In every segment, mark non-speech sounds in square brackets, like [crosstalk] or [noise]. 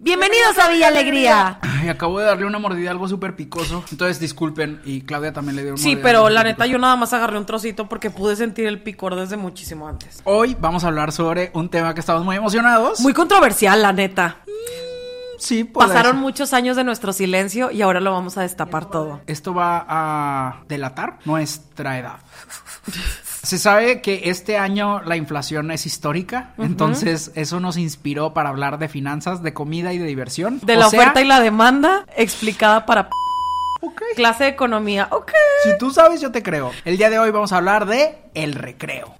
Bienvenidos a Villa Alegría. Ay, acabo de darle una mordida a algo súper picoso. Entonces disculpen, y Claudia también le dio una Sí, mordida a pero algo la súper neta picoso. yo nada más agarré un trocito porque pude sentir el picor desde muchísimo antes. Hoy vamos a hablar sobre un tema que estamos muy emocionados. Muy controversial, la neta. Pues, sí, por Pasaron eso. muchos años de nuestro silencio y ahora lo vamos a destapar todo. Esto va a delatar nuestra edad. Se sabe que este año la inflación es histórica, entonces eso nos inspiró para hablar de finanzas, de comida y de diversión. De O la sea, oferta y la demanda explicada para p- ok. clase de economía. Ok. Si tú sabes, yo te creo. El día de hoy vamos a hablar de el recreo.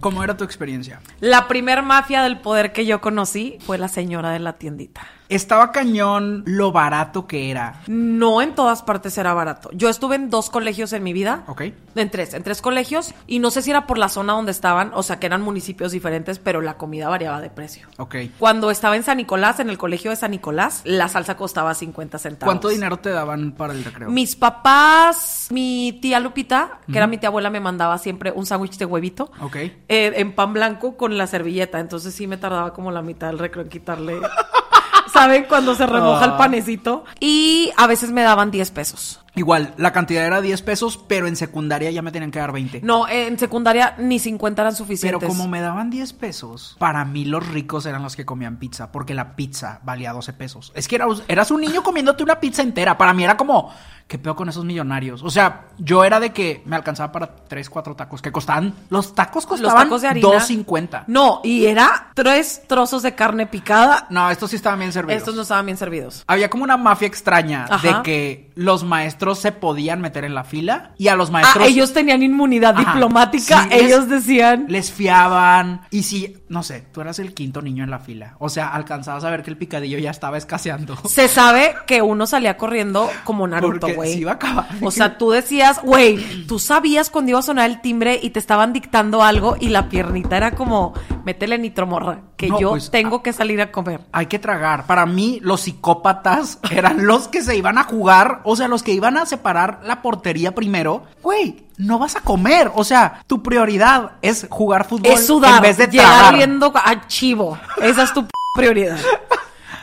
¿Cómo era tu experiencia? La primer mafia del poder que yo conocí fue la señora de la tiendita. Estaba cañón lo barato que era. No en todas partes era barato. Yo estuve en dos colegios en mi vida. Ok. En tres, en tres colegios. Y no sé si era por la zona donde estaban, o sea, que eran municipios diferentes, pero la comida variaba de precio. Ok. Cuando estaba en San Nicolás, en el colegio de San Nicolás, la salsa costaba 50 centavos. ¿Cuánto dinero te daban para el recreo? Mis papás, mi tía Lupita, que era mi tía abuela, me mandaba siempre un sándwich de huevito. Ok. eh, en pan blanco con la servilleta. Entonces sí me tardaba como la mitad del recreo en quitarle. [laughs] ¿Saben? Cuando se remoja el Ah. panecito. Y a veces me daban 10 pesos. Igual, la cantidad era 10 pesos, pero en secundaria ya me tenían que dar 20. No, en secundaria ni 50 eran Pero suficientes. como me daban 10 pesos, para mí los ricos eran los que comían pizza, porque la pizza valía 12 pesos. Es que era- eras un niño comiéndote una pizza entera. Para mí era como, ¿qué pedo con esos millonarios? O sea, yo era de que me alcanzaba para 3, 4 tacos, que costaban, los tacos Los costaban tacos de harina. 2.50. No, y era tres trozos de carne picada. No, estos sí estaban bien servidos. Estos no estaban bien servidos. Había como una mafia extraña Ajá. de que los maestros se podían meter en la fila y a los maestros Ah, ellos tenían inmunidad Ajá. diplomática. Sí, les- ellos decían. les fiaban. Y si, no sé, tú eras el quinto niño en la fila. O sea, alcanzabas a ver que el picadillo ya estaba escaseando. Se sabe que uno salía corriendo como Naruto, Porque güey. se iba a acabar. O sea, tú decías, güey, tú sabías cuando iba a sonar el timbre y te estaban dictando algo y la piernita era como, métele nitromorra, que No, yo pues, tengo que salir a comer. Hay que tragar. Para mí, los psicópatas [laughs] eran los que se iban a jugar, o sea, los que iban a separar la portería primero. Güey, no vas a comer. O sea, tu prioridad es jugar fútbol Es sudar, en vez de llegar tragar. viendo a chivo. Esa es tu p- prioridad.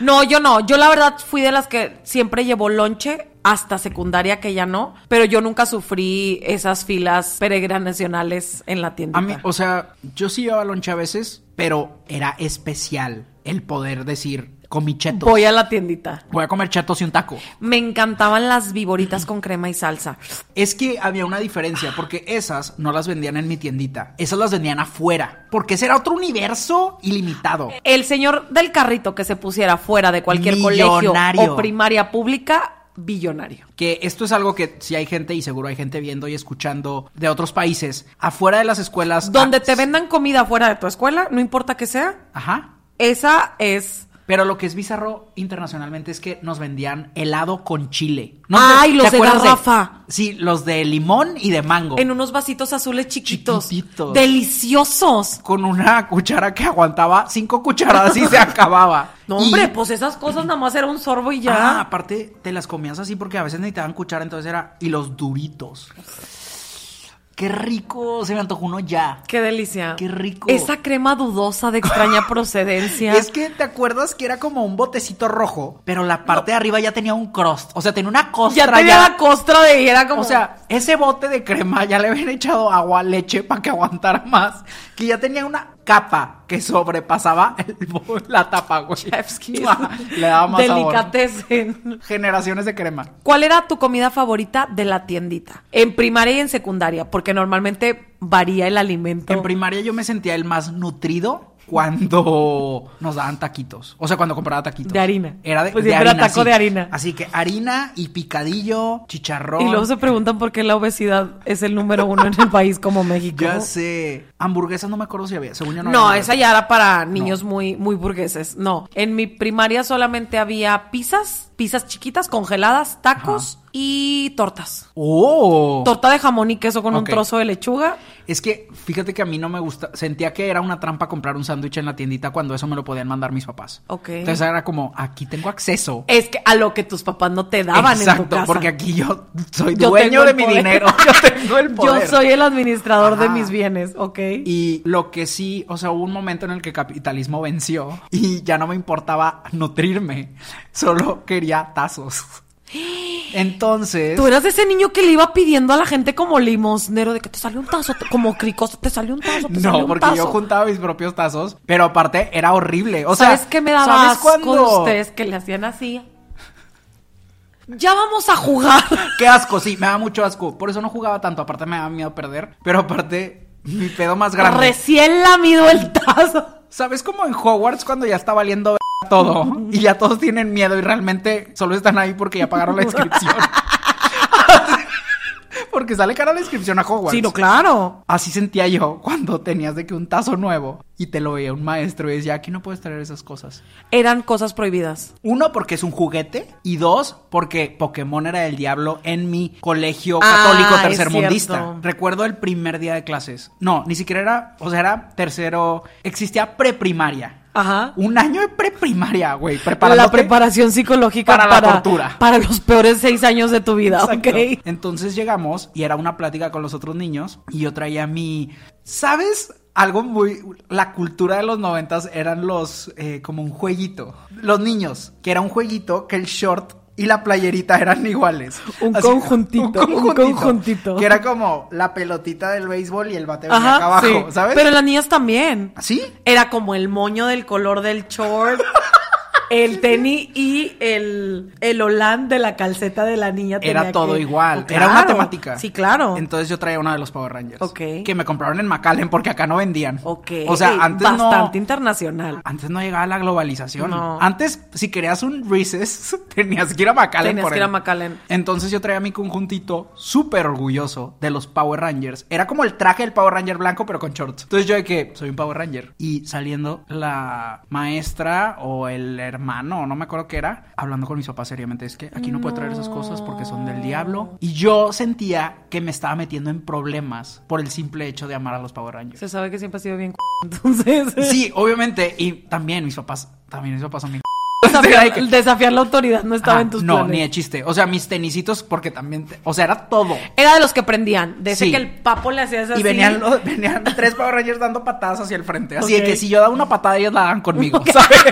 No, yo no. Yo la verdad fui de las que siempre llevó lonche hasta secundaria que ya no, pero yo nunca sufrí esas filas peregrinacionales en la tienda. A mí, o sea, yo sí llevaba lonche a veces, pero era especial el poder decir, comí chetos. Voy a la tiendita. Voy a comer chetos y un taco. Me encantaban las viboritas con crema y salsa. Es que había una diferencia, porque esas no las vendían en mi tiendita, esas las vendían afuera, porque ese era otro universo ilimitado. El señor del carrito que se pusiera fuera de cualquier colegio Millonario. o primaria pública, billonario. Que esto es algo que si hay gente, y seguro hay gente viendo y escuchando de otros países, afuera de las escuelas. Donde ah, te vendan comida fuera de tu escuela, no importa que sea, Ajá. esa es Pero lo que es bizarro internacionalmente es que nos vendían helado con chile. Ay, ¿te los de acuerdas garrafa. sí, los de limón y de mango. en unos vasitos azules chiquitos. Chiquititos. Deliciosos. Con una cuchara que aguantaba cinco cucharadas y se [laughs] acababa. No, Y- hombre, pues esas cosas nada más era un sorbo y ya. Ah, aparte te las comías así porque a veces necesitaban cuchara, entonces era. Y los duritos. Qué rico, se me antojó uno ya. Qué delicia. Qué rico. Esa crema dudosa de [laughs] extraña procedencia. Es que te acuerdas que era como un botecito rojo, pero la parte de arriba ya tenía un crust, o sea, tenía una costra ya tenía la costra de y era como. O sea, ese bote de crema ya le habían echado agua, leche para que aguantara más, que ya tenía una capa que sobrepasaba el bo- la tapa, güey. chef's [laughs] kiss. ah, Le daba más sabor. Delicatessen. Generaciones de crema. ¿Cuál era tu comida favorita de la tiendita? En primaria y en secundaria, porque normalmente varía el alimento. En primaria yo me sentía el más nutrido cuando [laughs] nos daban taquitos. O sea, cuando compraba taquitos. De harina. Era de, Pues de siempre harina, era taco sí. de harina. Así que harina y picadillo, chicharrón. Y luego se preguntan por qué la obesidad es el número uno en el país como México. [laughs] Ya sé. Hamburguesas no me acuerdo si había. Según yo no No, había esa ya era para niños muy, muy burgueses. No, en mi primaria solamente había pizzas, pizzas chiquitas, congeladas, tacos y tortas. ¡Oh! Torta de jamón y queso con un Ok. trozo de lechuga. Es que fíjate que a mí no me gusta. Sentía que era una trampa comprar un sándwich en la tiendita cuando eso me lo podían mandar mis papás. Ok. Entonces era como, aquí tengo acceso. Es que a lo que tus papás no te daban en tu Exacto, casa. porque aquí yo soy Yo tengo dueño de el mi poder. [laughs] dinero. [laughs] Yo tengo el poder. Yo soy el administrador de Ajá. mis bienes, ¿ok? Y lo que sí, o sea, hubo un momento en el que el capitalismo venció y ya no me importaba nutrirme, solo quería [gasps] tazos. Entonces, Tú eras ese niño que le iba pidiendo a la gente como limosnero de que te salió un tazo, te- como cricoso, te salió un tazo, te salió no, un porque yo tazo. juntaba mis propios tazos, pero aparte era horrible. O sea, ¿Sabes qué me daba ¿sabes asco de ustedes que le hacían así? Ya vamos a [laughs] jugar. Qué asco, sí, me da mucho asco. Por eso no jugaba tanto, aparte me daba miedo perder, pero aparte mi pedo más grande. Recién lamido el tazo. ¿Sabes como en Hogwarts cuando ya está valiendo verga [laughs] todo y ya todos tienen miedo y realmente solo están ahí porque ya pagaron la [laughs] inscripción? [laughs] porque sale cara la inscripción a Hogwarts. Sí, no, claro. Así sentía yo cuando tenías de que un tazo nuevo y te lo veía un maestro y decía, aquí no puedes traer esas cosas. Eran cosas prohibidas. Uno, porque es un juguete. Y dos, porque Pokémon era del diablo en mi colegio Ah, católico es tercermundista. cierto. Recuerdo el primer día de clases. No, ni siquiera era, o sea, era tercero. Existía preprimaria. Ajá. Un año de preprimaria, güey. Ah. la preparándote. preparación psicológica para la tortura. para los peores seis años de tu vida, Exacto. ¿ok? Entonces llegamos y era una plática con los otros niños y yo traía mi, ¿sabes? Algo muy, la cultura de los noventas eran los, eh, como un jueguito. Los niños, que era un jueguito que el short y la playerita eran iguales. Un conjuntito, un conjuntito. Que era como la pelotita del béisbol y el bateo venía acá Ajá, abajo, sí. ¿sabes? Pero las niñas también. ¿Sí? Era como el moño del color del short, [laughs] el tenis y el, el holán de la calceta de la niña. Era tenía todo que- igual. Oh, Era una claro. temática. Sí, claro. Entonces yo traía uno de los Power Rangers. Ok. Que me compraron en McAllen porque acá no vendían. ok. O sea, antes no- Bastante internacional. Antes no llegaba la globalización. No. Antes, si querías un Reese's, [laughs] tenías que ir a McAllen. Tenías por que ir a él. McAllen. Entonces yo traía mi conjuntito súper orgulloso de los Power Rangers. Era como el traje del Power Ranger blanco, pero con shorts. Entonces yo de que soy un Power Ranger. Y saliendo la maestra o el hermano, no me acuerdo qué era, hablando con mis papás seriamente, es que aquí no, puedo traer esas cosas porque son del diablo. Y yo sentía que me estaba metiendo en problemas por el simple hecho de amar a los Power Rangers. Se sabe que siempre ha sido bien c- [laughs] entonces. [laughs] Sí, obviamente. Y también mis papás, también mis papás son bien Era de Desafiar, que- desafiar la autoridad no estaba Ajá, en tus No, planes. ni de chiste. O sea, mis tenisitos, porque también, te- o sea, era todo. Era de los que prendían. De ese Sí. que el papo le hacía así. Y [laughs] venían, los- [laughs] venían tres Power Rangers dando patadas hacia el frente. Así Ok. de que si yo daba una patada, ellos la daban conmigo, ¿sabes?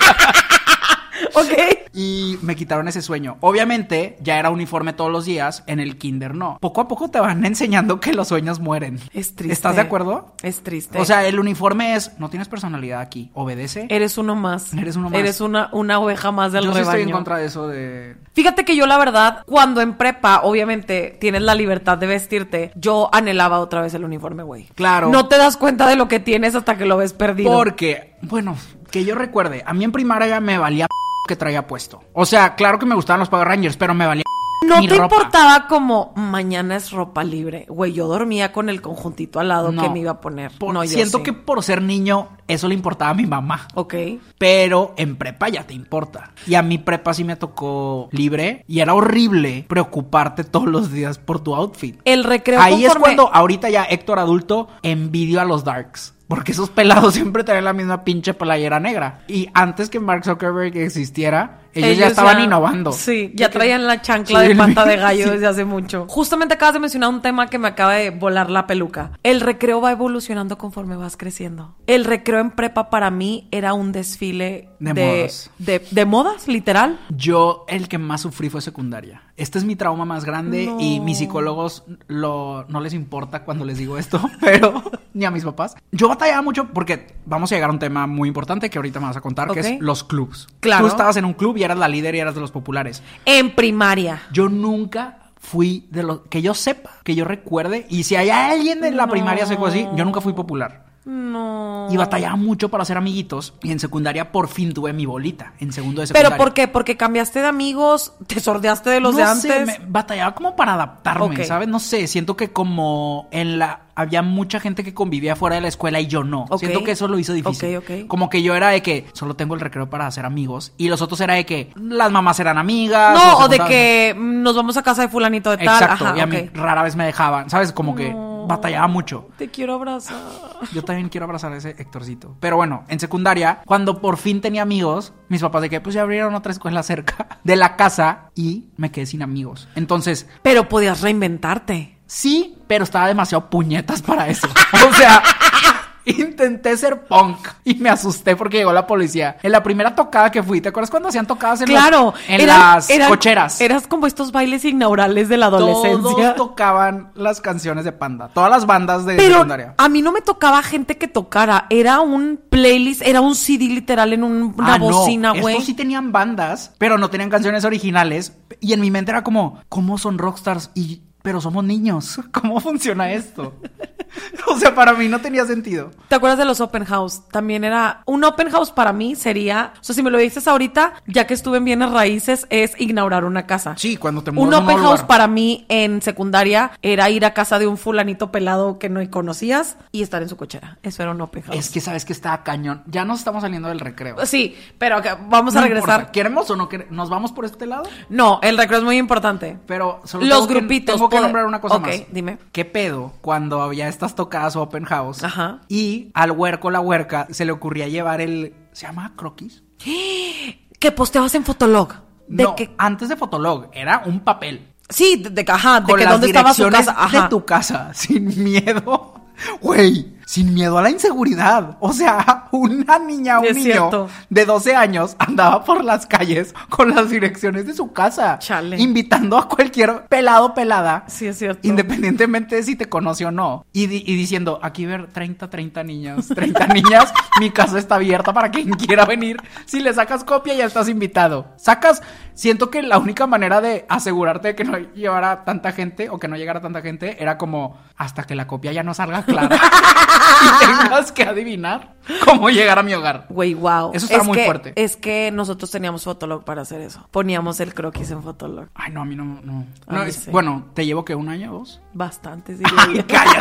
Ok. Y me quitaron ese sueño. Obviamente, ya era uniforme todos los días, en el kinder no. Poco a poco te van [laughs] enseñando que los sueños mueren. Es triste. ¿Estás de acuerdo? Es triste. O sea, el uniforme es, no tienes personalidad aquí, obedece. eres uno más. Eres uno más. Eres una, una oveja más del Yo sí rebaño. estoy en contra de eso de... Fíjate que yo la verdad, cuando en prepa, obviamente, tienes la libertad de vestirte, yo anhelaba otra vez el uniforme, güey. Claro. No te das cuenta de lo que tienes hasta que lo ves perdido. Porque, bueno, que yo recuerde, a mí en primaria me valía p- que traía puesto. O sea, claro que me gustaban los Power Rangers, pero me valía p- no mi te ropa. importaba como mañana es ropa libre. Güey, yo dormía con el conjuntito al lado que No. me iba a poner. Por- no, yo siento sí. que por ser niño, eso le importaba a mi mamá. Ok. Pero en prepa ya te importa. Y a mi prepa sí me tocó libre. Y era horrible preocuparte todos los días por tu outfit. El recreo Ahí es Eh, conforme- cuando ahorita ya Héctor adulto envidio a los darks. Porque esos pelados [laughs] siempre traen la misma pinche playera negra. Y antes que Mark Zuckerberg existiera, ellos, ya estaban innovando. Sí, ya Que- traían la chancla Sí, de el- pata [laughs] de gallo sí. desde hace mucho. Justamente acabas de mencionar un tema que me acaba de volar la peluca. El recreo va evolucionando conforme vas creciendo. El recreo en prepa para mí era un desfile De modas. de- de modas, literal. Yo el que más sufrí fue secundaria. Este es mi trauma más grande No. y mis psicólogos lo, no les importa cuando les digo esto, [laughs] pero ni a mis papás. Yo batallaba mucho porque vamos a llegar a un tema muy importante que ahorita me vas a contar, que Ok. es los clubs. Claro. Tú estabas en un club y eras la líder y eras de los populares. En primaria. Yo nunca fui de los que yo sepa, que yo recuerde, y si hay alguien de la No. primaria se fue así, yo nunca fui popular. No. Y batallaba mucho para hacer amiguitos. Y en secundaria por fin tuve mi bolita. En segundo de secundaria. ¿Pero por qué? ¿Porque cambiaste de amigos? ¿Te sordeaste de los No de sé, antes? me- batallaba como para adaptarme, Ok. ¿sabes? No sé, siento que como en la había mucha gente que convivía fuera de la escuela y yo no. Ok. Siento que eso lo hizo difícil. Ok, ok. Como que yo era de que solo tengo el recreo para hacer amigos y los otros era de que las mamás eran amigas. No, se o de juntaban. que mm, nos vamos a casa de fulanito de tal. Exacto, Ajá, y a ok. mí rara vez me dejaban, ¿sabes? Como que batallaba mucho. Te quiero abrazar. Yo también quiero abrazar a ese Héctorcito. Pero bueno, en secundaria, cuando por fin tenía amigos, mis papás de que pues ya abrieron otra escuela cerca de la casa y me quedé sin amigos. Entonces, Pero podías reinventarte. Sí, pero estaba demasiado puñetas para eso. [laughs] O sea, intenté ser punk y me asusté porque llegó la policía. En la primera tocada que fui, ¿te acuerdas cuando hacían tocadas en, Claro. los- en eran- las eran- cocheras? Eras como estos bailes inaugurales de la adolescencia. Todos tocaban las canciones de Panda, todas las bandas de Pero secundaria. a mí no me tocaba gente que tocara. Era un playlist, era un CD literal en un- una Ah, no, bocina, güey. Estos sí tenían bandas, pero no tenían canciones originales. Y en mi mente era como, ¿cómo son rockstars? Y, pero somos niños. [laughs] ¿Cómo funciona esto? [laughs] o sea, para mí no tenía sentido. ¿Te acuerdas de los open house? También era un open house para mí sería, o sea, si me lo dices ahorita, ya que estuve en bienes raíces, es inaugurar una casa. Sí, cuando te Un mudas a un open nuevo house lugar. para mí en secundaria era ir a casa de un fulanito pelado que no conocías y estar en su cochera. Eso era un open house. Es que sabes que está cañón. Ya nos estamos saliendo del recreo. Sí, pero acá- vamos a No regresar. importa, ¿Queremos o no queremos? ¿Nos vamos por este lado? No, el recreo es muy importante. Pero solo Los tengo que- grupitos, tengo que puede- nombrar una cosa Ok, más. dime. ¿Qué pedo cuando había estas tocadas open house? Ajá. Y al huerco, la huerca, se le ocurría llevar el. ¿Se llama croquis? Que posteabas en Fotolog. De no, que. antes de Fotolog, era un papel. Sí, de, de, ajá, de con que las dónde estaba su direcciones casa. Ajá. de tu casa, [laughs] sin miedo. Güey, sin miedo a la inseguridad. O sea, una niña, un Es niño cierto. de 12 años andaba por las calles con las direcciones de su casa. Chale. Invitando a cualquier pelado, pelada. Sí, es cierto. [laughs] Independientemente de si te conoce o no. Y, di- y diciendo, aquí ver 30, 30 niñas, 30 [laughs] niñas, mi casa está abierta para quien quiera venir. Si le sacas copia, ya estás invitado. Sacas, siento que la única manera de asegurarte de que no llevara tanta gente o que no llegara tanta gente era como hasta que la copia ya no salga [laughs] clara [laughs] y tengas que adivinar cómo llegar a mi hogar. Güey, wow. Eso estaba es muy que- fuerte. Es que nosotros teníamos Fotolog para hacer eso. Poníamos el croquis en Fotolog. Ay, no, a mí no, no. A No, mí es- sí. Bueno, te llevo que un año, dos. [laughs] Bastante, sí. Ay, cállate.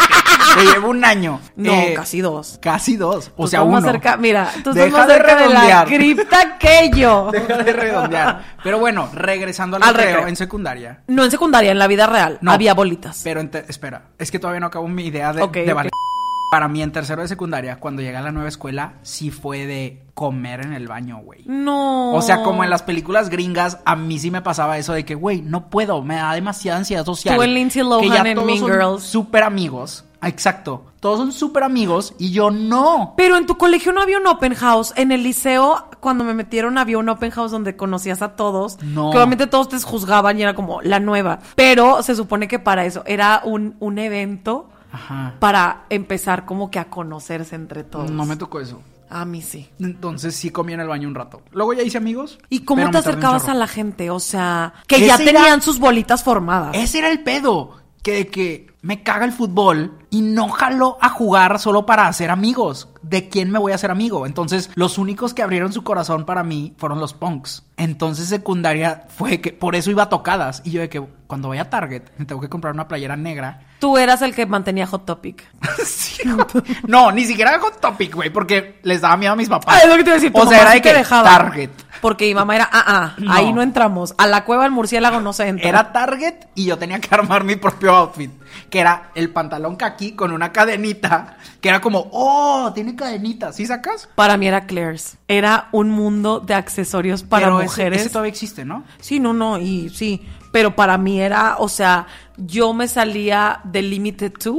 Te llevo un año. [laughs] No, Eh, casi dos. Casi dos. O Tú sea, estás más uno. cerca- mira, tú estás Deja más de cerca de, la redondear. cripta que yo. [laughs] [laughs] Deja de redondear. Pero bueno, regresando al, Al recreo, recreo. en secundaria. No en secundaria, en la vida real. No. Había bolitas. Pero ente- espera, es que todavía no acabo mi idea de, Ok, de ok. valer. [laughs] Para mí, en tercero de secundaria, cuando llegué a la nueva escuela, sí fue de comer en el baño, güey. No. O sea, como en las películas gringas, a mí sí me pasaba eso de que, güey, no puedo, me da demasiada ansiedad social. Tú en Lindsay Que Lohan ya en todos Mean son Girls. Súper amigos. Ah, Exacto. Todos son súper amigos y yo no. Pero en tu colegio no había un open house. En el liceo, cuando me metieron, había un open house donde conocías a todos. No. Que obviamente todos te juzgaban y era como la nueva. Pero se supone que para eso era un, un evento Ajá. para empezar como que a conocerse entre todos. No me tocó eso. A mí sí. Entonces sí comí en el baño un rato. Luego ya hice amigos. ¿Y cómo pero te me tardé un acercabas a chorro. la gente? O sea, que Ese ya era- tenían sus bolitas formadas. Ese era el pedo. Que de que me caga el fútbol y no jalo a jugar solo para hacer amigos. ¿De quién me voy a hacer amigo? Entonces, los únicos que abrieron su corazón para mí fueron los punks. Entonces, secundaria fue que por eso iba a tocadas. Y yo de que cuando vaya a Target, me tengo que comprar una playera negra [laughs] Tú eras el que mantenía Hot Topic. Sí, güey. [laughs] no, ni siquiera era Hot Topic, güey, porque les daba miedo a mis papás. Ah, [laughs] es lo que te iba a decir. tu O mamá sea, era sí de te que dejaba. Target. Porque mi mamá era, ah, ah, No. ahí no entramos. A la cueva del murciélago no se entra. Era Target y yo tenía que [laughs] armar mi propio outfit, que era el pantalón kaki con una cadenita, que era como, oh, tiene cadenita, ¿sí sacas? Para mí era Claire's. Era un mundo de accesorios para Pero ese- mujeres. Ese, todavía existe, ¿no? Sí, no, no, y sí. Pero para mí era, o sea, yo me salía de Limited 2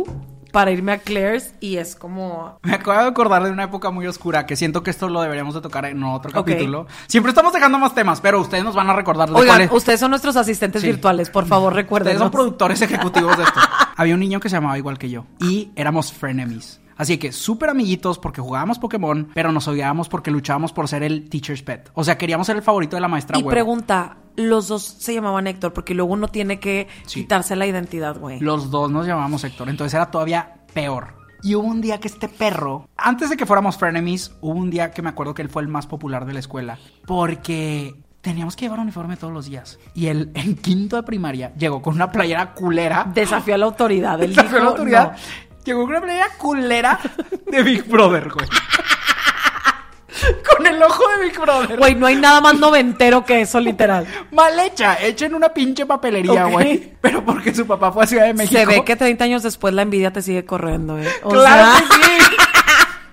para irme a Claire's y es como. Me acabo de acordar de una época muy oscura que siento que esto lo deberíamos de tocar en otro Ok. capítulo. Siempre estamos dejando más temas, pero ustedes nos van a recordar de Oigan, cuáles- ustedes son nuestros asistentes Sí. virtuales, por [laughs] favor, recuerden. Ustedes son productores ejecutivos [laughs] de esto. Había un niño que se llamaba igual que yo y éramos frenemies. Así que súper amiguitos porque jugábamos Pokémon, pero nos odiábamos porque luchábamos por ser el teacher's pet. O sea, queríamos ser el favorito de la maestra. Y huevo. pregunta, los dos se llamaban Héctor, porque luego uno tiene que Sí. quitarse la identidad, güey. Los dos nos llamábamos Héctor, entonces era todavía peor. Y hubo un día que este perro, antes de que fuéramos frenemies, hubo un día que me acuerdo que él fue el más popular de la escuela. Porque teníamos que llevar uniforme todos los días. Y él, [laughs] en quinto de primaria, llegó con una playera culera. Desafió a la autoridad. [laughs] Él [laughs] Desafió a dijo, la autoridad. "No". Llegó con una playera culera de Big Brother, güey. [laughs] con el ojo de Big Brother. Güey, no hay nada más noventero que eso, literal. Mal hecha, hecha en una pinche papelería, Ok. güey. Pero porque su papá fue a Ciudad de México. Se ve que 30 años después la envidia te sigue corriendo, ¿eh? O claro sea, [laughs] que sí.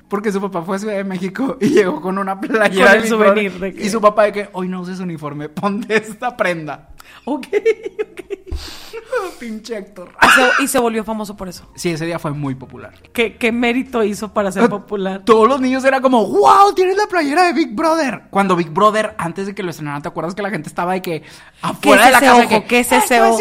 Porque su papá fue a Ciudad de México y llegó con una playera Con de el Big souvenir Brother. de que- Y su papá de que hoy no uses uniforme, ponte esta prenda. [laughs] ok, ok. Pinche actor. Y se- Y se volvió famoso por eso. Sí, ese día fue muy popular. ¿Qué, qué mérito hizo para ser popular? Todos los niños eran como, wow, tienes la playera de Big Brother. Cuando Big Brother, antes de que lo estrenaran, ¿te acuerdas que la gente estaba de que afuera es de la ese casa? ojo? de que, ¿Qué es ese "Esto ojo?"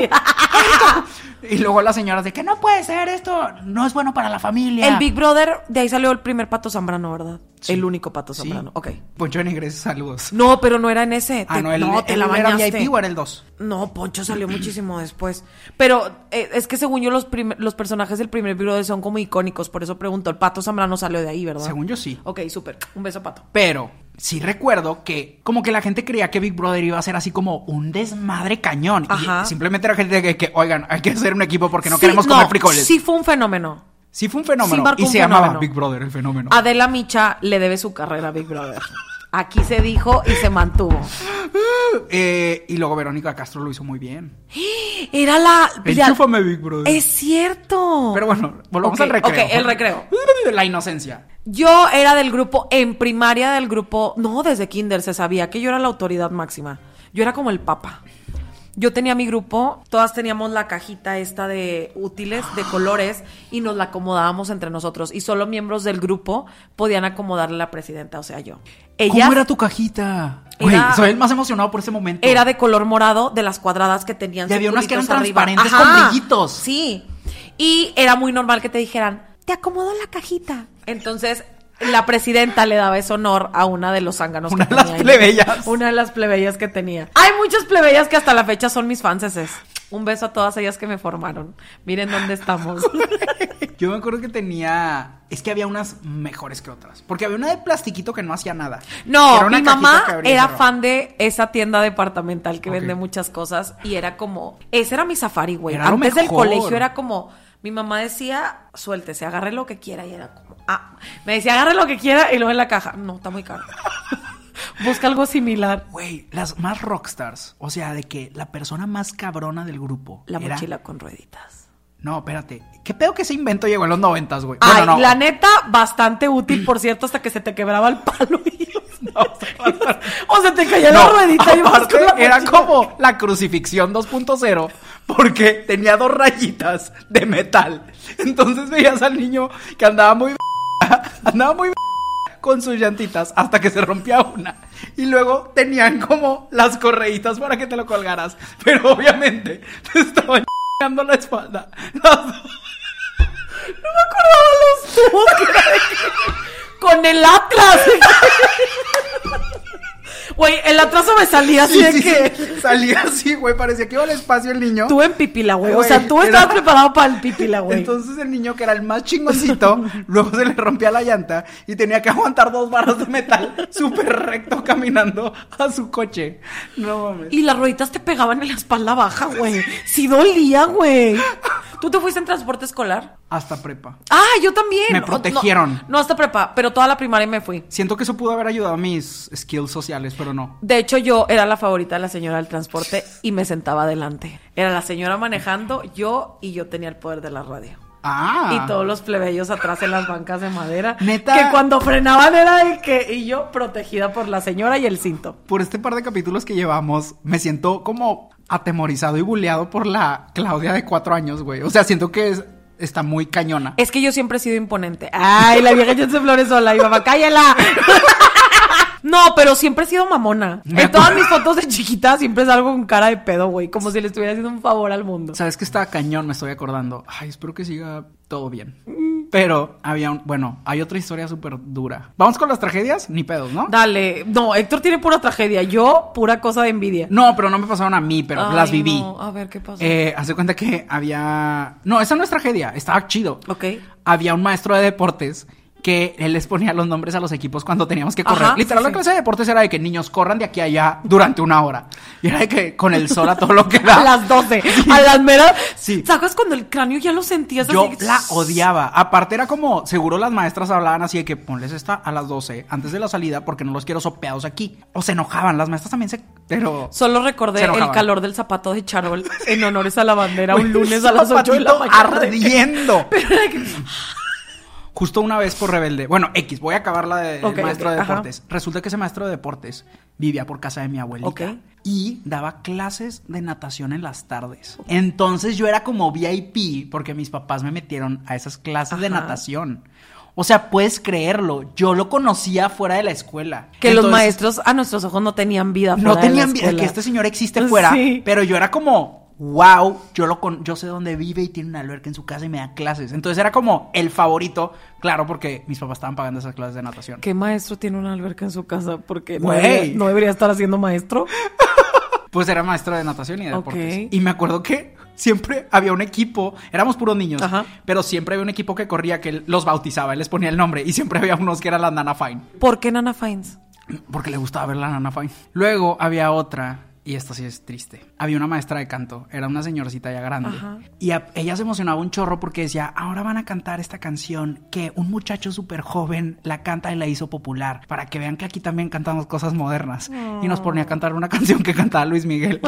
[laughs] esto. y luego las señoras de que no puede ser esto, no es bueno para la familia. El Big Brother, de ahí salió el primer Pato Zambrano, ¿verdad? El único Pato Sí. Zambrano, ok. Poncho de Negres, saludos. No, pero no era en ese. Ah, Te- no, el, te el la era bañaste. VIP o era el 2. No, Poncho salió muchísimo después. Pero eh, es que según yo, los, primer- los personajes del primer Big Brother son como icónicos. Por eso pregunto, el Pato Zambrano salió de ahí, ¿verdad? Según yo sí. Ok, súper. Un beso, Pato. Pero sí recuerdo que como que la gente creía que Big Brother iba a ser así como un desmadre cañón. Y Ajá. simplemente era gente que, que, oigan, hay que hacer un equipo porque no Sí, queremos comer frijoles. Sí fue un fenómeno. Sí fue un fenómeno. Sí marcó y un se llamaba fenómeno. Ah. Big Brother, el fenómeno. Adela Micha le debe su carrera a Big Brother. Aquí se dijo y se mantuvo. Eh, y luego Verónica Castro lo hizo muy bien. Era la... la- Enchúfame, Big Brother. Es cierto. Pero bueno, volvamos Ok, al recreo. ok, el recreo. [laughs] La inocencia. Yo era del grupo, en primaria del grupo, no, desde kinder se sabía que yo era la autoridad máxima. Yo era como el papa. Yo tenía mi grupo, todas teníamos la cajita esta de útiles, de colores, y nos la acomodábamos entre nosotros. Y solo miembros del grupo podían acomodarle a la presidenta, o sea, yo. Ella ¿Cómo era tu cajita? Güey, Era- soy el más emocionado por ese momento. era de color morado de las cuadradas que tenían. Y había unas que eran circulitos arriba. transparentes con brillitos. Sí. Y era muy normal que te dijeran, te acomodo la cajita. Entonces, la presidenta le daba ese honor a una de los zánganos Una que de las tenía ahí. plebeyas. Una de las plebeyas que tenía. Hay muchas plebeyas que hasta la fecha son mis fanses. Un beso a todas ellas que me formaron. Miren dónde [laughs] estamos. Yo me acuerdo que tenía. Es que había unas mejores que otras. Porque había una de plastiquito que no hacía nada. Era No, una mi cajita mamá que abría y era cerraba. fan de esa tienda departamental que Ok. vende muchas cosas y era como, ese era mi safari, güey. Era lo Antes del mejor. colegio era como, mi mamá decía, suéltese, agarre lo que quiera y era como, ah, me decía, agarre lo que quiera y luego en la caja, no, está muy [laughs] caro. Busca algo similar. Güey, las más rockstars. O sea, de que la persona más cabrona del grupo. La era- mochila con rueditas. No, espérate. ¿Qué pedo que ese invento llegó en los noventas, güey? Ay, Bueno, no. [laughs] la neta, bastante útil, por cierto, hasta que se te quebraba el palo. y- [laughs] o se te caía la No, ruedita y [laughs] ibas aparte, con la era mochila. como la crucifixión 2.0 porque tenía dos rayitas de metal. Entonces veías al niño que andaba muy andaba muy con sus llantitas hasta que se rompía una. Y luego tenían como las correitas para que te lo colgaras, pero obviamente [laughs] te estaban dando la espalda. Las dos. Con el Atlas. Güey, el Atlas me salía así Sí, de sí, que. sí. salía así, güey, parecía que iba al espacio el niño. Tú en pipila, güey. O sea, Güey, tú era- estabas preparado para el pipila, güey. Entonces el niño que era el [laughs] más chingoncito, luego se le rompía la llanta y tenía que aguantar dos barras de metal súper recto caminando a su coche. No mames. Y las rueditas te pegaban en la espalda baja, güey. Sí dolía, güey. ¿Tú te fuiste en transporte escolar? Hasta prepa. Ah, yo también. Me O- no- protegieron. No, hasta prepa, pero toda la primaria me fui. Siento que eso pudo haber ayudado a mis skills sociales, pero no. De hecho, yo era la favorita de la señora del transporte y me sentaba adelante. Era la señora manejando, yo y yo tenía el poder de la radio. Ah. Y todos los plebeyos atrás en las bancas de madera. Neta. Que cuando frenaban era el que. Y yo protegida por la señora y el cinto. Por este par de capítulos que llevamos, me siento como atemorizado y buleado por la Claudia de cuatro años, güey. O sea, siento que es- está muy cañona. Es que yo siempre he sido imponente. Ay, la vieja ya se flores sola. Y mamá, cállala. No, pero siempre he sido mamona. Me En todas mis acuerdo. fotos de chiquita siempre salgo con cara de pedo, güey. Como si le estuviera haciendo un favor al mundo. Sabes que está cañón, me estoy acordando. Ay, espero que siga todo bien. Pero había un. Bueno, hay otra historia súper dura. Vamos con las tragedias, ni pedos, ¿no? Dale. No, Héctor tiene pura tragedia. Yo, pura cosa de envidia. No, pero no me pasaron a mí, pero Ay, las viví. no. A ver, ¿qué pasó? Eh, hace cuenta que había. No, esa no es tragedia, estaba chido. Ok. Había un maestro de deportes que él les ponía los nombres a los equipos cuando teníamos que correr. Ajá, Literal, la sí. clase de deportes era de que niños corran de aquí a allá durante una hora. Y era de que con el sol a [laughs] todo lo que A da. las 12. A las meras. Sí. ¿Sacas cuando el cráneo ya lo sentías Yo así? la odiaba. Aparte era como, seguro las maestras hablaban así de que ponles esta a las 12 antes de la salida porque no los quiero sopeados aquí. O se enojaban, las maestras también se... [laughs] Pero... Solo Se recordé el enojaban. calor del zapato de charol en honores a la bandera [laughs] un lunes a las 8 de la Zapatito mañana. Ardiendo. Pero era que- Justo una vez por rebelde. Bueno, X, voy a acabar la de Ok, maestro ok, de ajá. deportes. Resulta que ese maestro de deportes vivía por casa de mi abuelita. Ok. Y daba clases de natación en las tardes. Entonces yo era como VIP porque mis papás me metieron a esas clases de Ajá. natación. O sea, puedes creerlo. Yo lo conocía fuera de la escuela. [laughs] Que los Entonces, maestros a nuestros ojos no tenían vida. no fuera de la tenían vida escuela. que este señor existe fuera, Sí. pero yo era como, wow, yo lo con yo sé dónde vive y tiene una alberca en su casa y me da clases. Entonces era como el favorito, claro, porque mis papás estaban pagando esas clases de natación. ¿Qué maestro tiene una alberca en su casa? Porque no Güey. debería, no debería estar haciendo maestro. Pues era maestro de natación y de Ok. deportes. Y me acuerdo que siempre había un equipo, éramos puros niños, Ajá. pero siempre había un equipo que corría que él los bautizaba, él les ponía el nombre y siempre había unos que eran la Nana Fine. ¿Por qué Nana Fines? Porque le gustaba ver la Nana Fine. Luego había otra, y esta sí es triste. Había una maestra de canto, era una señorcita ya grande. Ajá. Y a- ella se emocionaba un chorro porque decía, ahora van a cantar esta canción que un muchacho súper joven la canta y la hizo popular, para que vean que aquí también cantamos cosas modernas. Y nos ponía a cantar una [laughs] canción que cantaba Luis Miguel.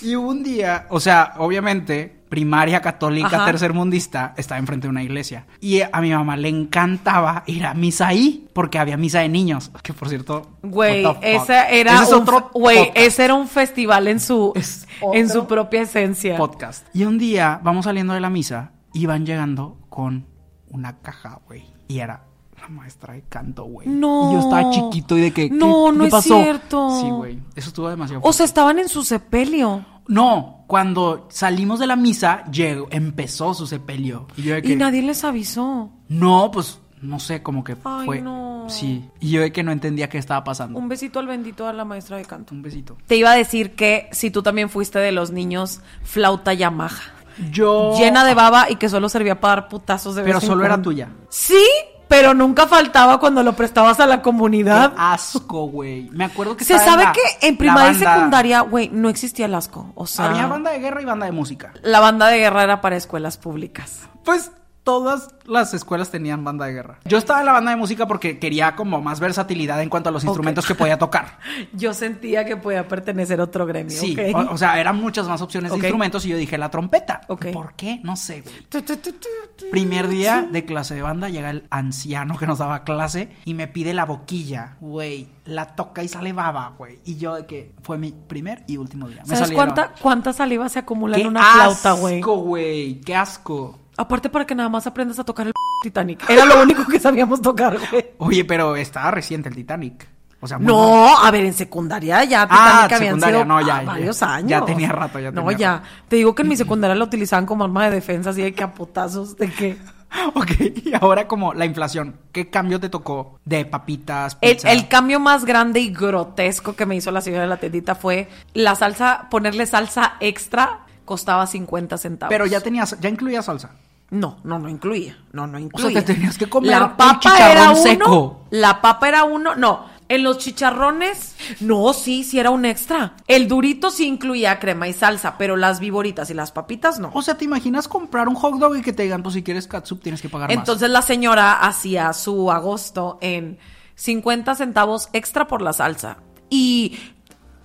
y un día, o sea, obviamente... Primaria católica Ajá. tercermundista estaba enfrente de una iglesia y a mi mamá le encantaba ir a misa ahí porque había misa de niños. Que por cierto, Güey, What the fuck. ese era Ese es un, otro güey, podcast. ese era un festival en su Es en otro su propia esencia. podcast. Y un día vamos saliendo de la misa y van llegando con una caja, güey. Y era la maestra de canto, güey. No. Y yo estaba chiquito y de que. ¿qué- No, qué no es pasó? cierto. Sí, güey. Eso estuvo demasiado. O sea, estaban en su sepelio no, cuando salimos de la misa, llegó, empezó su sepelio. Y yo de que. y nadie les avisó. No, pues no sé, como que Ay, fue. no. Sí. Y yo de que no entendía qué estaba pasando. Un besito al bendito a la maestra de canto. Un besito. Te iba a decir que si tú también fuiste de los niños flauta Yamaha, Yo. ah, llena de baba y que solo servía para dar putazos de Oh. Pero vez en solo era cuando. tuya. Sí, pero nunca faltaba cuando lo prestabas a la Qué comunidad. asco, güey. Me acuerdo que ¿Ah? Se Ah, estaba sabe la- que en la primaria y banda- secundaria, güey, no existía el asco. O sea, Había banda de guerra y banda de música. la banda de guerra era para escuelas públicas. Pues todas las escuelas tenían banda de guerra. Yo estaba en la banda de música porque quería como más versatilidad en cuanto a los instrumentos que podía tocar. Yo sentía que podía pertenecer a otro gremio. Sí, ok. o, o sea, eran muchas más opciones Ok. de instrumentos y yo dije la trompeta. Ok. ¿Por qué? No sé, güey. Tu, tu, tu, tu, tu. Primer día de clase de banda llega el anciano que nos daba clase y me pide la boquilla, güey. La toca y sale baba, güey. Y yo de que fue mi primer y último día. Me ¿Sabes salieron. cuánta, cuánta saliva se acumula ¡Qué en una flauta, güey? asco, güey! ¡Qué asco! Aparte para que nada más aprendas a tocar el [laughs] Titanic. Era lo único que sabíamos tocar, güey. Oye, pero estaba reciente el Titanic. O sea, Ah, muy nuevo. No, a ver, en secundaria ya Ah, Titanic habían secundaria, sido no, ya, ah, ya. varios años. Ya tenía rato, ya No, tenía ya. Te digo que en mi secundaria la utilizaban como arma de defensa, así de que a putazos, de [laughs] que... [laughs] Ok, y ahora como la inflación, ¿qué cambio te tocó de papitas, El, pizza? el cambio más grande y grotesco que me hizo la señora de la tiendita fue la salsa, ponerle salsa extra costaba 50 centavos. Pero ya tenías, ya incluía salsa. No, no, no incluía. No, no sea, incluía. te tenías que comer un la papa chicharrón era uno, seco. La papa era uno. No, en los chicharrones, no, sí, sí era un extra. El durito sí incluía crema y salsa, pero las viboritas y las papitas no. O sea, ¿te imaginas comprar un hot dog y que te digan, pues si quieres catsup tienes que pagar más? Entonces la señora hacía su agosto en 50 centavos extra por la salsa. Y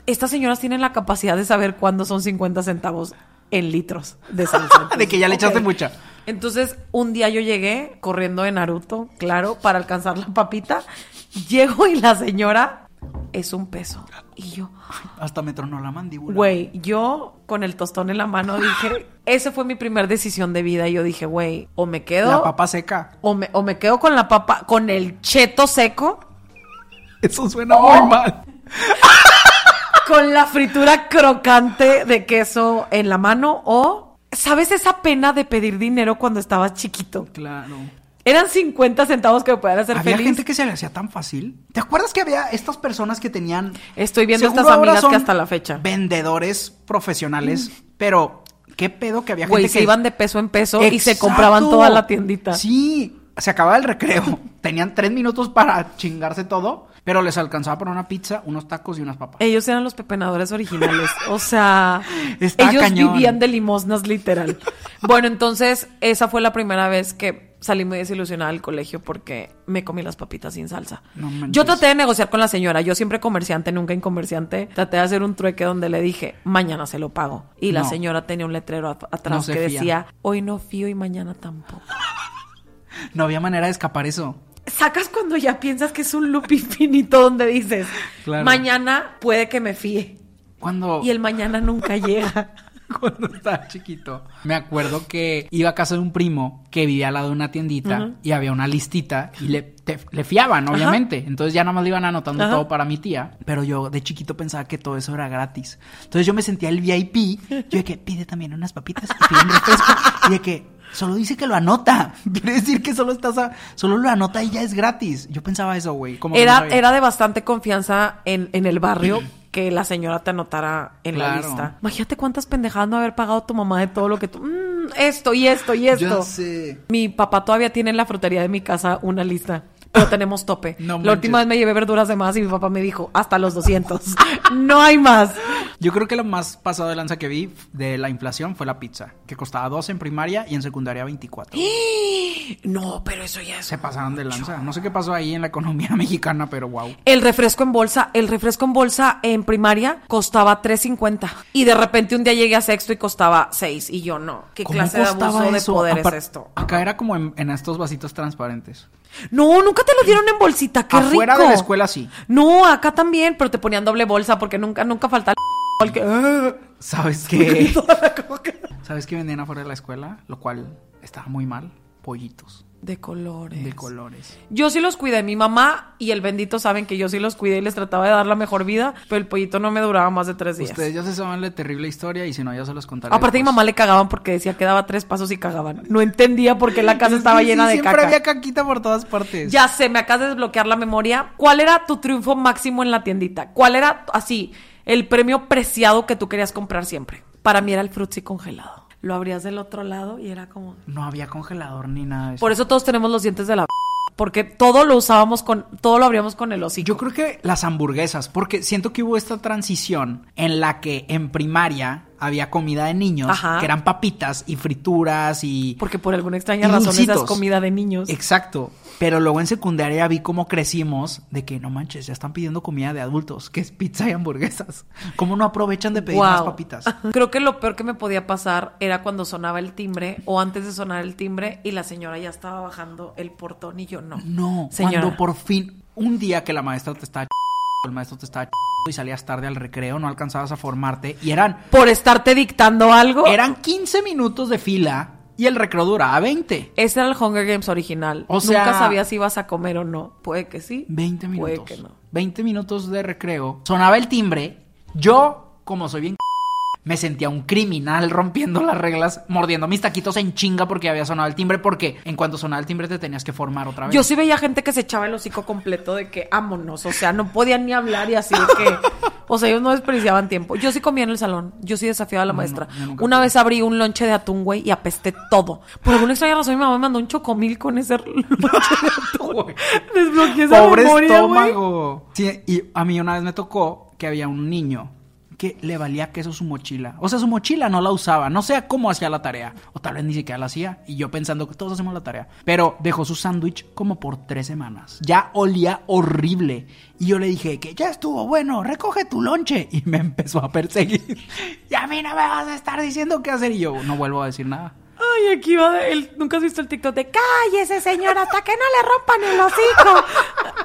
estas señoras tienen la capacidad de saber cuándo son 50 centavos en litros de salsa. [laughs] Ah, De que ya le Entonces, echaste ok. mucha. Entonces, un día yo llegué corriendo de Naruto, claro, para alcanzar la papita. Llego y la señora es un peso. Y yo, Hasta me tronó la mandíbula. Güey, yo con el tostón en la mano dije, esa fue mi primera decisión de vida. Yo dije, güey, o me quedo. La papa seca. O me, o me quedo con la papa, con el cheto seco, [laughs] Eso suena muy mal. con la fritura crocante de queso en la mano, o ¿Sabes esa pena de pedir dinero cuando estabas chiquito? Claro. Eran 50 centavos que me podían hacer Había feliz. gente que se le hacía tan fácil. ¿Te acuerdas que había estas personas que tenían. Estoy viendo Seguro estas ahora amigas que son hasta la fecha. Mm. Vendedores profesionales, pero qué pedo que había gente Güey, que. se iban de peso en peso y se ¡Exacto! compraban toda la tiendita. Sí, se acababa el recreo. [laughs] Tenían tres minutos para chingarse todo, pero les alcanzaba para una pizza, unos tacos y unas papas. Ellos eran los pepenadores originales. O sea, [laughs] Está ellos cañón. vivían de limosnas, literal. Bueno, entonces, esa fue la primera vez que salí muy desilusionada del colegio porque me comí las papitas sin salsa. No manches. yo traté de negociar con la señora. Yo siempre comerciante, nunca incomerciante. Traté de hacer un trueque donde le dije, mañana se lo pago. Y la No. señora tenía un letrero at- No atrás se que fía. decía, hoy no fío y mañana tampoco. No había manera de escapar eso. sacas cuando ya piensas que es un loop [laughs] infinito donde dices, Claro. mañana puede que me fíe. Cuando, Y el mañana nunca llega. [laughs] cuando estaba chiquito, me acuerdo que iba a casa de un primo que vivía al lado de una tiendita y había una listita y le, te- le fiaban, obviamente. Entonces ya nada más le iban anotando Ajá. todo para mi tía. Pero yo de chiquito pensaba que todo eso era gratis. Entonces yo me sentía el VIP. Yo de que pide también unas papitas y pide un refresco. Y de que solo dice que lo anota. [laughs] Quiere decir que solo estás a- solo lo anota y ya es gratis. Yo pensaba eso, güey. como que no Era, sabía. era de bastante confianza en, en el barrio que la señora te anotara en la Claro. lista. Imagínate cuántas pendejadas no haber pagado tu mamá de todo lo que tú... mm, esto y esto y esto. Ya sé. Mi papá todavía tiene en la frutería de mi casa una lista, pero tenemos tope. No la última vez manches. me llevé verduras de más y mi papá me dijo, hasta los 200. [laughs] no hay [gasps] más. [gasps] Yo creo que lo más pasado de lanza que vi de la inflación fue la pizza, que costaba 12 en primaria y en secundaria 24. No, pero eso ya es Se pasaron de lanza. No sé qué pasó ahí en la economía [laughs] mexicana, pero wow. El refresco en bolsa, el refresco en bolsa en primaria costaba 3.50 y de repente un día llegué a sexto y costaba 6 y yo no. ¿Qué clase de abuso de poder Apar- es esto? Acá era como en, en estos vasitos transparentes. No, nunca te lo dieron en bolsita, qué Afuera rico. de la escuela sí. No, acá también, pero te ponían doble bolsa porque nunca nunca falta el [laughs] que ¡ah! [laughs] ¿Sabes qué? toda la coca. ¿Sabes qué vendían afuera de la escuela? Lo cual estaba muy mal. Pollitos de colores. de colores. Yo sí los cuidé, mi mamá y el bendito saben que yo sí los cuidé y les trataba de dar la mejor vida, pero el pollito no me duraba más de tres días. Ustedes ya se saben la terrible historia y si no, ya se los contaré. Aparte mi después. mamá le cagaban porque decía que daba tres pasos y cagaban. No entendía por qué la casa Es que estaba sí, llena de siempre caca. había caquita por todas partes. Ya sé, me acabas de desbloquear la memoria. ¿Cuál era tu triunfo máximo en la tiendita? ¿Cuál era así el premio preciado que tú querías comprar siempre? Para mí era el frutzi congelado. Lo abrías del otro lado y era como No había congelador ni nada de eso. Por eso todos tenemos los dientes de la p- porque todo lo usábamos con todo lo abríamos con el hocico. Yo creo que las hamburguesas, porque siento que hubo esta transición en la que en primaria había comida de niños, Ajá. que eran papitas y frituras y... porque por alguna extraña y razón esa dulcitos. es comida de niños. Exacto. Pero luego en secundaria vi cómo crecimos de que no manches, ya están pidiendo comida de adultos, que es pizza y hamburguesas. ¿Cómo no aprovechan de pedir más Guau. papitas? [laughs] Creo que lo peor que me podía pasar era cuando sonaba el timbre o antes de sonar el timbre y la señora ya estaba bajando el portón y yo no. No, señora. cuando por fin, un día que la maestra te estaba ch- el maestro te estaba ch- y salías tarde al recreo, no alcanzabas a formarte y eran Por estarte dictando algo. Eran 15 minutos de fila y el recreo duraba 20. Ese era el Hunger Games original. O sea- Nunca sabías si ibas a comer o no. Puede que sí. 20 minutos. Puede que no. 20 minutos de recreo. Sonaba el timbre. Yo, como soy bien [laughs] me sentía un criminal rompiendo las reglas, mordiendo mis taquitos en chinga porque había sonado el timbre, porque en cuanto sonaba el timbre te tenías que formar otra vez. Yo sí veía gente que se echaba el hocico completo de que ámonos. O sea, no podían ni hablar y así de que. O sea, ellos no desperdiciaban tiempo. Yo sí comía en el salón. Yo sí desafiaba a la maestra. yo nunca Una pude. vez abrí un lonche de atún, güey, y apesté todo. Por alguna extraña razón, mi mamá me mandó un chocomil con ese [laughs] lonche de [laughs] atún. Desbloqueé esa Pobre memoria, güey. estómago. Sí, y a mí una vez me tocó que había un niño que le valía queso su mochila. O sea, su mochila no la usaba. No sé cómo hacía la tarea. O tal vez ni siquiera la hacía. Y yo pensando que todos hacemos la tarea. Pero dejó su sándwich como por tres semanas. Ya olía horrible. Y yo le dije que ya estuvo bueno, recoge tu lonche. Y me empezó a perseguir. [laughs] Y a mí no me vas a estar diciendo qué hacer. Y yo no vuelvo a decir nada. Ay, aquí va el... ¿Nunca has visto el TikTok de cállese, señora, hasta que no le rompan el hocico?